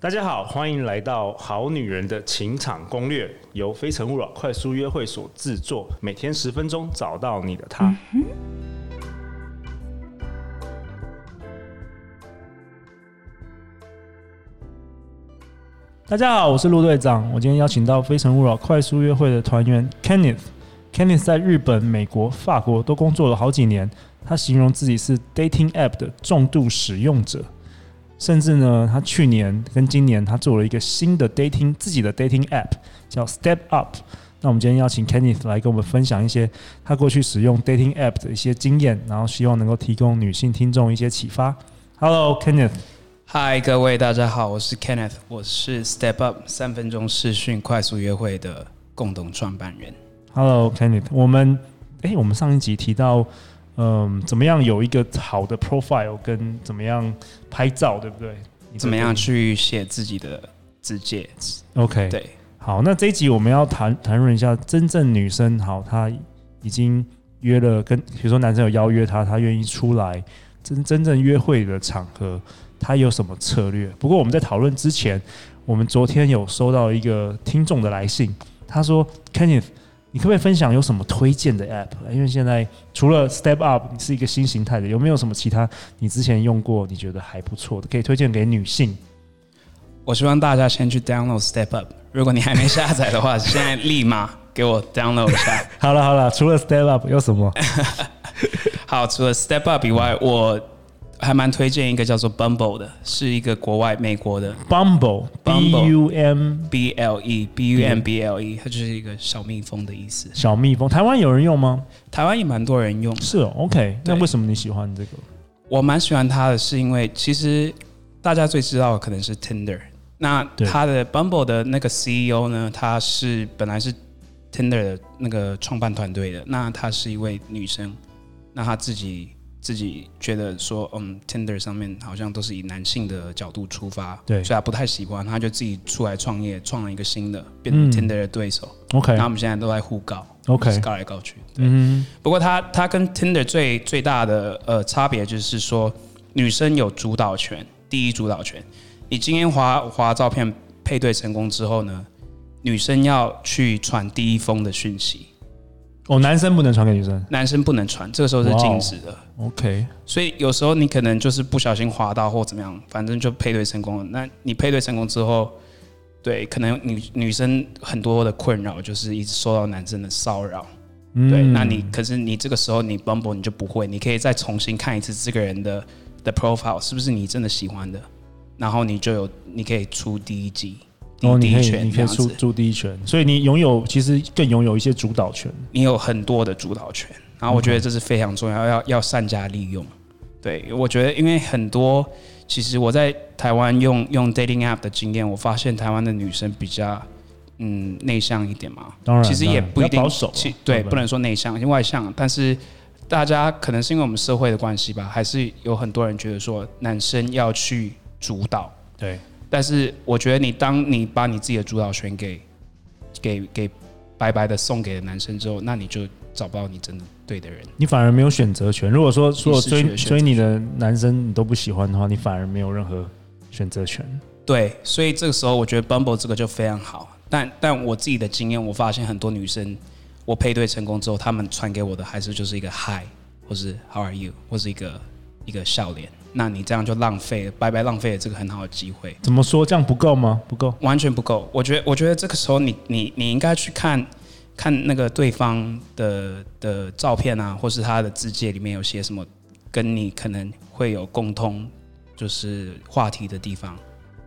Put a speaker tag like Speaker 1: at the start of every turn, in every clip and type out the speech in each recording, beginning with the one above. Speaker 1: 大家好，欢迎来到《好女人的情场攻略》，由非诚勿扰快速约会所制作，每天十分钟，找到你的他。大家好，我是陆队长，我今天邀请到《非诚勿扰快速约会》的团员 Kenneth。Kenneth 在日本、美国、法国都工作了好几年，他形容自己是 dating app 的重度使用者。甚至呢，他去年跟今年他做了一个新的 dating 自己的 dating app，叫 Step Up。那我们今天邀请 Kenneth 来跟我们分享一些他过去使用 dating app 的一些经验，然后希望能够提供女性听众一些启发。Hello Kenneth，
Speaker 2: 嗨，各位大家好，我是 Kenneth，我是 Step Up 三分钟视讯快速约会的共同创办人。
Speaker 1: Hello Kenneth，我们诶，我们上一集提到，嗯，怎么样有一个好的 profile 跟怎么样拍照，对不对？你
Speaker 2: 怎么样去写自己的字界？
Speaker 1: ？OK，
Speaker 2: 对，
Speaker 1: 好，那这一集我们要谈谈论一下，真正女生好，她已经约了跟，比如说男生有邀约她，她愿意出来，真真正约会的场合，她有什么策略？不过我们在讨论之前，我们昨天有收到一个听众的来信，他说，Kenneth，你可不可以分享有什么推荐的 app？因为现在除了 Step Up 你是一个新形态的，有没有什么其他你之前用过你觉得还不错的，可以推荐给女性？
Speaker 2: 我希望大家先去 download Step Up，如果你还没下载的话，现在立马给我 download 一下。
Speaker 1: 好了好了，除了 Step Up 有什么？
Speaker 2: 好，除了 Step Up 以外，我还蛮推荐一个叫做 Bumble 的，是一个国外美国的
Speaker 1: Bumble B
Speaker 2: Bumble
Speaker 1: U M
Speaker 2: B L E B U M B L E，它就是一个小蜜蜂的意思。
Speaker 1: 小蜜蜂，台湾有人用吗？
Speaker 2: 台湾也蛮多人用的
Speaker 1: 是哦，OK。那
Speaker 2: 对
Speaker 1: 为什么你喜欢这个？
Speaker 2: 我蛮喜欢他的，是因为其实大家最知道的可能是 Tinder。那
Speaker 1: 对
Speaker 2: 他的 Bumble 的那个 CEO 呢，他是本来是 Tinder 的那个创办团队的，那她是一位女生，那她自己自己觉得说，嗯，Tinder 上面好像都是以男性的角度出发，
Speaker 1: 对
Speaker 2: 所以她不太喜欢，她就自己出来创业，创了一个新的，变
Speaker 1: 嗯
Speaker 2: 成 Tinder 的对手。
Speaker 1: OK
Speaker 2: 那我们现在都在互告
Speaker 1: OK，
Speaker 2: 告来告去，啊对。
Speaker 1: 嗯
Speaker 2: 不过它它跟 Tinder 最最大的呃差别就是说，女生有主导权，第一主导权。你今天划划照片配对成功之后呢，女生要去传第一封的讯息，
Speaker 1: 哼，哦，男生不能传给女生
Speaker 2: 男生不能传，这个时候是禁止
Speaker 1: 哦
Speaker 2: 的。
Speaker 1: ，OK，
Speaker 2: 所以有时候你可能就是不小心滑到或怎么样，反正就配对成功了。那你配对成功之后，对，可能女女生很多的困扰就是一直受到男生的骚扰。
Speaker 1: 嗯
Speaker 2: 对，那你可是你这个时候你 Bumble 你就不会，你可以再重新看一次这个人的的 profile 是不是你真的喜欢的，然后你就有你可以出第一季，
Speaker 1: 哦，
Speaker 2: 第
Speaker 1: 你可
Speaker 2: 一
Speaker 1: 以
Speaker 2: 圈
Speaker 1: 你
Speaker 2: 这
Speaker 1: 可以
Speaker 2: 样
Speaker 1: 出
Speaker 2: 子，
Speaker 1: 出第一拳，所以你拥有其实更拥有一些主导权。
Speaker 2: 你有很多的主导权，然后我觉得这是非常重要，要要善加利用。对，我觉得因为很多其实我在台湾用用 dating app 的经验，我发现台湾的女生比较嗯内向一点嘛，
Speaker 1: 当然，
Speaker 2: 其实
Speaker 1: 当
Speaker 2: 也
Speaker 1: 然
Speaker 2: 不一定
Speaker 1: 要保守啊
Speaker 2: 其，对，不
Speaker 1: 然
Speaker 2: 能说内向，外向，但是大家可能是因为我们社会的关系吧，还是有很多人觉得说男生要去主导，
Speaker 1: 对
Speaker 2: 但是我觉得你当你把你自己的主导权给给给白白的送给了男生之后，那你就找不到你真的对的人。
Speaker 1: 你反而没有选择权。如果说所有
Speaker 2: 失去
Speaker 1: 追
Speaker 2: 了选择
Speaker 1: 追你的男生你都不喜欢的话，你反而没有任何选择权。
Speaker 2: 对，所以这个时候我觉得 Bumble 这个就非常好，但但我自己的经验，我发现很多女生，我配对成功之后，她们传给我的还是就是一个 Hi，或是 How are you，或是一个一个笑脸。那你这样就浪费了，白白浪费了这个很好的机会，
Speaker 1: 怎么说这样不够吗？不够。
Speaker 2: 完全不够。我觉得，我觉得这个时候你你你应该去看看那个对方的的照片啊，或是他的字界里面有些什么跟你可能会有共通就是话题的地方，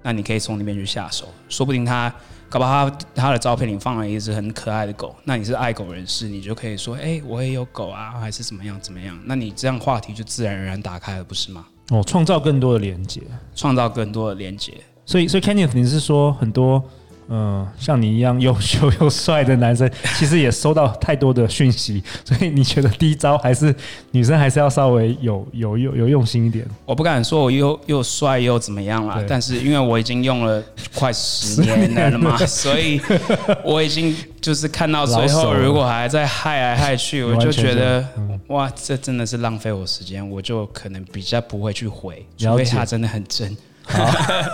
Speaker 2: 那你可以从里面去下手，说不定他。搞不好他他的照片里放了一只很可爱的狗，那你是爱狗人士，你就可以说，哎、我也有狗啊，还是怎么样怎么样？那你这样话题就自然而然打开了，不是吗？
Speaker 1: 哦，创造更多的连接。
Speaker 2: 创造更多的连接，
Speaker 1: 所以，所以 Kenneth，你是说很多嗯、呃像你一样优秀又帅的男生，其实也收到太多的讯息，所以你觉得第一招还是女生还是要稍微有有有有用心一点。
Speaker 2: 我不敢说我又又帅又怎么样啦
Speaker 1: 对，
Speaker 2: 但是因为我已经用了快十年了 嘛，所以我已经就是看到最
Speaker 1: 老手
Speaker 2: 后，
Speaker 1: 了
Speaker 2: 如果还在害来害去，我
Speaker 1: 完
Speaker 2: 就
Speaker 1: 全
Speaker 2: 觉
Speaker 1: 是
Speaker 2: 得哇，这真的是浪费我时间，我就可能比较不会去回，
Speaker 1: 了
Speaker 2: 除非
Speaker 1: 解
Speaker 2: 他真的很真。
Speaker 1: 好，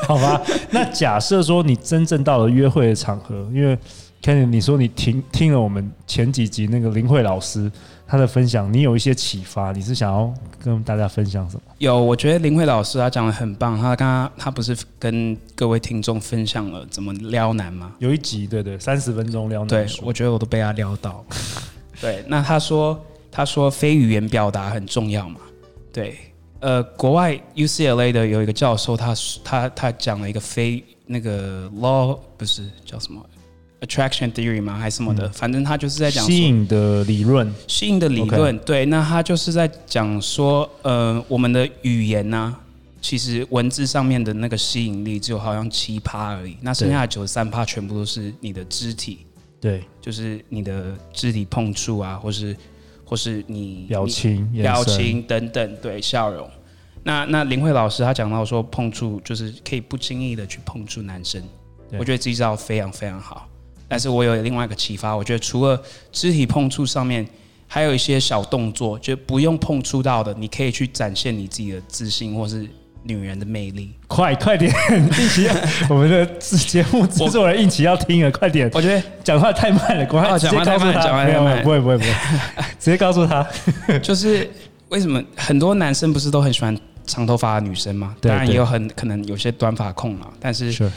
Speaker 1: 好吧。那假设说你真正到了约会的场合，因为 Kenny，你说你听听了我们前几集那个林慧老师她的分享，你有一些启发，你是想要跟大家分享什么？
Speaker 2: 有，我觉得林慧老师她讲的很棒，她刚刚她不是跟各位听众分享了怎么撩男吗？
Speaker 1: 有一集，对对，三十分钟撩
Speaker 2: 对
Speaker 1: 男，书，
Speaker 2: 我觉得我都被她撩 到。对，那她说她说非语言表达很重要嘛？对，呃，国外 UCLA 的有一个教授，他他他讲了一个非那个 law 不是叫什么 attraction theory 吗？还是什么的？反正他就是在讲说
Speaker 1: 嗯吸引的理论，
Speaker 2: 适应的理论对，那他就是在讲说，呃，我们的语言呢、其实文字上面的那个吸引力只有好像七趴而已，那剩下的九十三趴全部都是你的肢体，
Speaker 1: 对，
Speaker 2: 就是你的肢体碰触啊，或是或是你
Speaker 1: 表
Speaker 2: 你
Speaker 1: 情、眼
Speaker 2: 表
Speaker 1: 神，
Speaker 2: 情等等，对笑容。那那林慧老师她讲到说，碰触就是可以不经意的去碰触男生，
Speaker 1: 对
Speaker 2: 我觉得这一招非常非常好。但是我有另外一个启发，我觉得除了肢体碰触上面，还有一些小动作，就不用碰触到的，你可以去展现你自己的自信或是女人的魅力。
Speaker 1: 快快点，应奇，我们的制节目制作人应奇要听了，快点，
Speaker 2: 我觉得
Speaker 1: 讲话太慢了，赶快
Speaker 2: 哦
Speaker 1: 直
Speaker 2: 讲
Speaker 1: 接告
Speaker 2: 话太
Speaker 1: 诉
Speaker 2: 慢讲
Speaker 1: 他，
Speaker 2: 话
Speaker 1: 没有，
Speaker 2: 太
Speaker 1: 没
Speaker 2: 慢
Speaker 1: 有不会不会不 会，直接告诉他，
Speaker 2: 就是为什么很多男生不是都很喜欢长头发的女生吗？
Speaker 1: 对
Speaker 2: 当然
Speaker 1: 对
Speaker 2: 也有很可能有些短发控啦，但是
Speaker 1: 是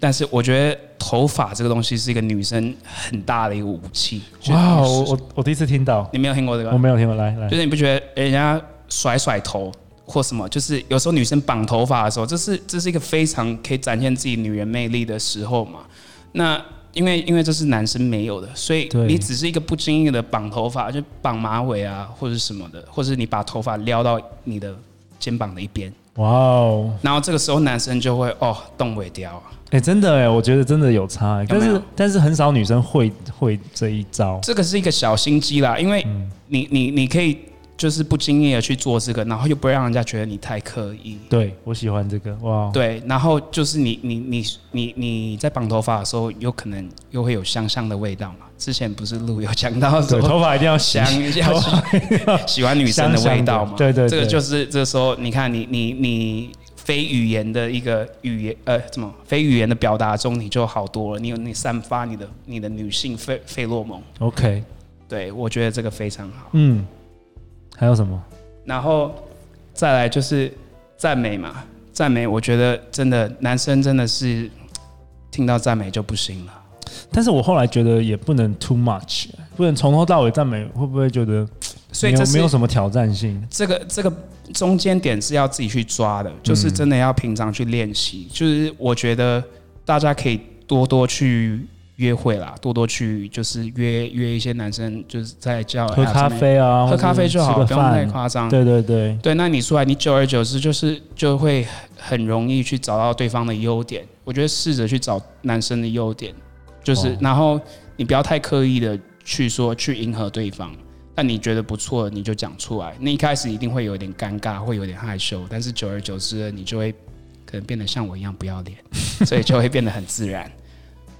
Speaker 2: 但是我觉得头发这个东西是一个女生很大的一个武器。
Speaker 1: 哇，
Speaker 2: 就是
Speaker 1: 我我我第一次听到，
Speaker 2: 你没有听过这
Speaker 1: 我
Speaker 2: 个？
Speaker 1: 没有听过，来来
Speaker 2: 就，是你不觉得诶人家甩甩头或什么，就是有时候女生绑头发的时候，这是这是一个非常可以展现自己女人魅力的时候嘛？那因为因为这是男生没有的，所以
Speaker 1: 对
Speaker 2: 你只是一个不经意的绑头发，就绑马尾啊，或者什么的，或者你把头发撩到你的肩膀的一边，
Speaker 1: 哇哦，
Speaker 2: 然后这个时候男生就会哦动尾雕啊。
Speaker 1: 哎，真的哎，我觉得真的有差欸，
Speaker 2: 有
Speaker 1: 但
Speaker 2: 没有
Speaker 1: 是但是很少女生会会这一招，
Speaker 2: 这个是一个小心机啦，因为你你你可以就是不经意的去做这个，然后又不会让人家觉得你太刻意。
Speaker 1: 对我喜欢这个，哇，
Speaker 2: 对，然后就是你你你你你在绑头发的时候，有可能又会有香香的味道嘛。之前不是路有讲到
Speaker 1: 对，
Speaker 2: 说
Speaker 1: 头发一定要
Speaker 2: 香
Speaker 1: 香，
Speaker 2: 要喜喜欢女生的味道嘛？
Speaker 1: 香香的对对对
Speaker 2: 这个就是这时候你看你你你非语言的一个语言呃怎么非语言的表达中，你就好多了，你有你散发你的你的女性费费洛蒙，
Speaker 1: ，OK，
Speaker 2: 对我觉得这个非常好。
Speaker 1: 嗯，还有什么？
Speaker 2: 然后再来就是赞美嘛，赞美，我觉得真的男生真的是听到赞美就不行了。
Speaker 1: 但是我后来觉得也不能 too much，不能从头到尾赞美，会不会觉得
Speaker 2: 所
Speaker 1: 没
Speaker 2: 以
Speaker 1: 有没
Speaker 2: 这是
Speaker 1: 有什么嗯挑战性？
Speaker 2: 这个这个中间点是要自己去抓的，就是真的要平常去练习。就是我觉得大家可以多多去约会啦，多多去就是约约一些男生，就是在叫
Speaker 1: 喝咖，啡啊，
Speaker 2: 喝咖啡就好，
Speaker 1: 或者是吃
Speaker 2: 不
Speaker 1: 个
Speaker 2: 用太
Speaker 1: 饭。
Speaker 2: 夸张。
Speaker 1: 对对对，
Speaker 2: 对，那你出来，你久而久之就是就会很容易去找到对方的优点。我觉得试着去找男生的优点，就是、
Speaker 1: 哦
Speaker 2: 然后你不要太刻意的去说去迎合对方。但你觉得不错，你就讲出来。那一开始一定会有点尴尬，会有点害羞，但是久而久之，你就会可能变得像我一样不要 脸，所以就会变得很自然。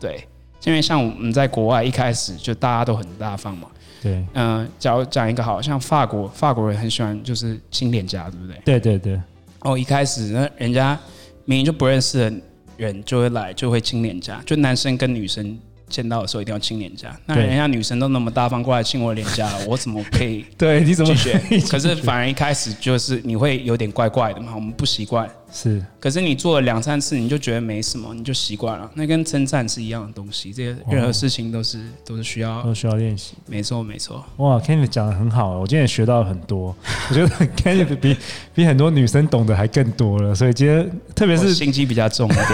Speaker 2: 对，因为像我们在国外一开始就大家都很大方嘛。
Speaker 1: 对
Speaker 2: 嗯、假如讲一个好像法国，法国人很喜欢就是亲脸颊，对不对？
Speaker 1: 对对对，
Speaker 2: 哦，一开始那人家明明就不认识的人就会来，就会亲脸颊，就男生跟女生见到的时候一定要亲脸颊。那
Speaker 1: 对
Speaker 2: 人家女生都那么大方过来亲我脸颊了，我怎么可以
Speaker 1: 对， 你怎
Speaker 2: 拒
Speaker 1: 么
Speaker 2: 绝？ 可是
Speaker 1: 反
Speaker 2: 反而一开始就是你会有点怪怪的嘛，我们不习惯。
Speaker 1: 是
Speaker 2: 可是你做了两三次，你就觉得没什么，你就习惯了。那跟称赞是一样的东西，这些任
Speaker 1: 哦
Speaker 2: 何事情都是都是需要。
Speaker 1: 都需要练习。
Speaker 2: 没错，没错。
Speaker 1: 哇 k e n n y 讲的很好，我今天也学到了很 多。我觉得 k e n n y 比比很多女生懂得还更多了，所以今天特别
Speaker 2: 我
Speaker 1: 是
Speaker 2: 心机比较重一点。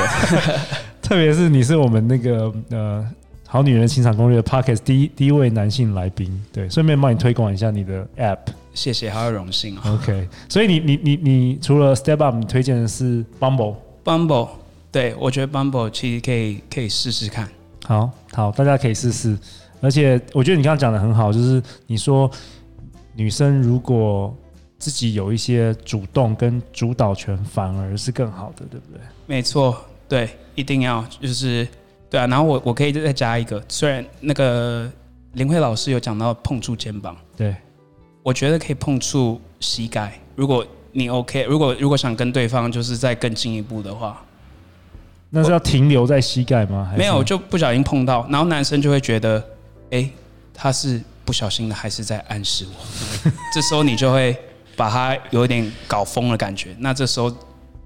Speaker 1: 特别是你是我们那个呃《好女人情场攻略》的 Pockets 第一第一位男性来宾，对，顺便帮你推广一下你的 App。
Speaker 2: 谢谢，好有荣幸啊、
Speaker 1: OK，所以你你你你除了 Step Up，你推荐的是 Bumble。
Speaker 2: Bumble，对我觉得 Bumble 其实可以可以试试看。
Speaker 1: 好好，大家可以试试。而且我觉得你刚刚讲的很好，就是你说女生如果自己有一些主动跟主导权，反而是更好的，对不对？
Speaker 2: 没错，对，一定要就是对啊。然后我我可以再加一个，虽然那个林慧老师有讲到碰触肩膀，
Speaker 1: 对，
Speaker 2: 我觉得可以碰触膝盖。如果你 OK？如果如果想跟对方就是再更进一步的话，
Speaker 1: 那是要停留在膝盖吗？还是
Speaker 2: 没有，就不小心碰到，然后男生就会觉得，哎、他是不小心的，还是在暗示我？ 这时候你就会把他有一点搞疯的感觉，那这时候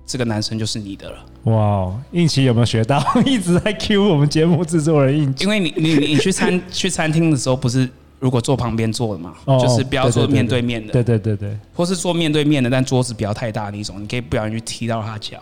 Speaker 2: 这个男生就是你的了，
Speaker 1: 哇哦，应奇有没有学到？ 一直在 Q 我们节目制作人应奇。
Speaker 2: 因为你你你 去餐去餐厅的时候不是。如果坐旁边坐的嘛，
Speaker 1: 哦
Speaker 2: 就是不要坐面对面的，
Speaker 1: 对对对对，
Speaker 2: 或是坐面对面的，但桌子不要太大那种，你可以不小心去踢到他脚。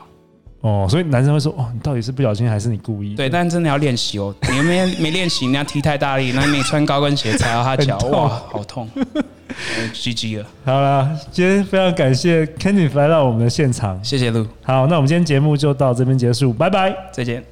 Speaker 1: 哦，所以男生会说，哦，你到底是不小心还是你故意？
Speaker 2: 对，，但真的要练习哦。你没没练习，人家踢太大力，那你穿高跟鞋踩到他脚，
Speaker 1: 很痛
Speaker 2: 哇，好痛呃！GG 了，
Speaker 1: 好啦，今天非常感谢 Kenny 来到我们的现场。
Speaker 2: 谢谢路，
Speaker 1: 好，那我们今天节目就到这边结束，拜拜。
Speaker 2: 再见。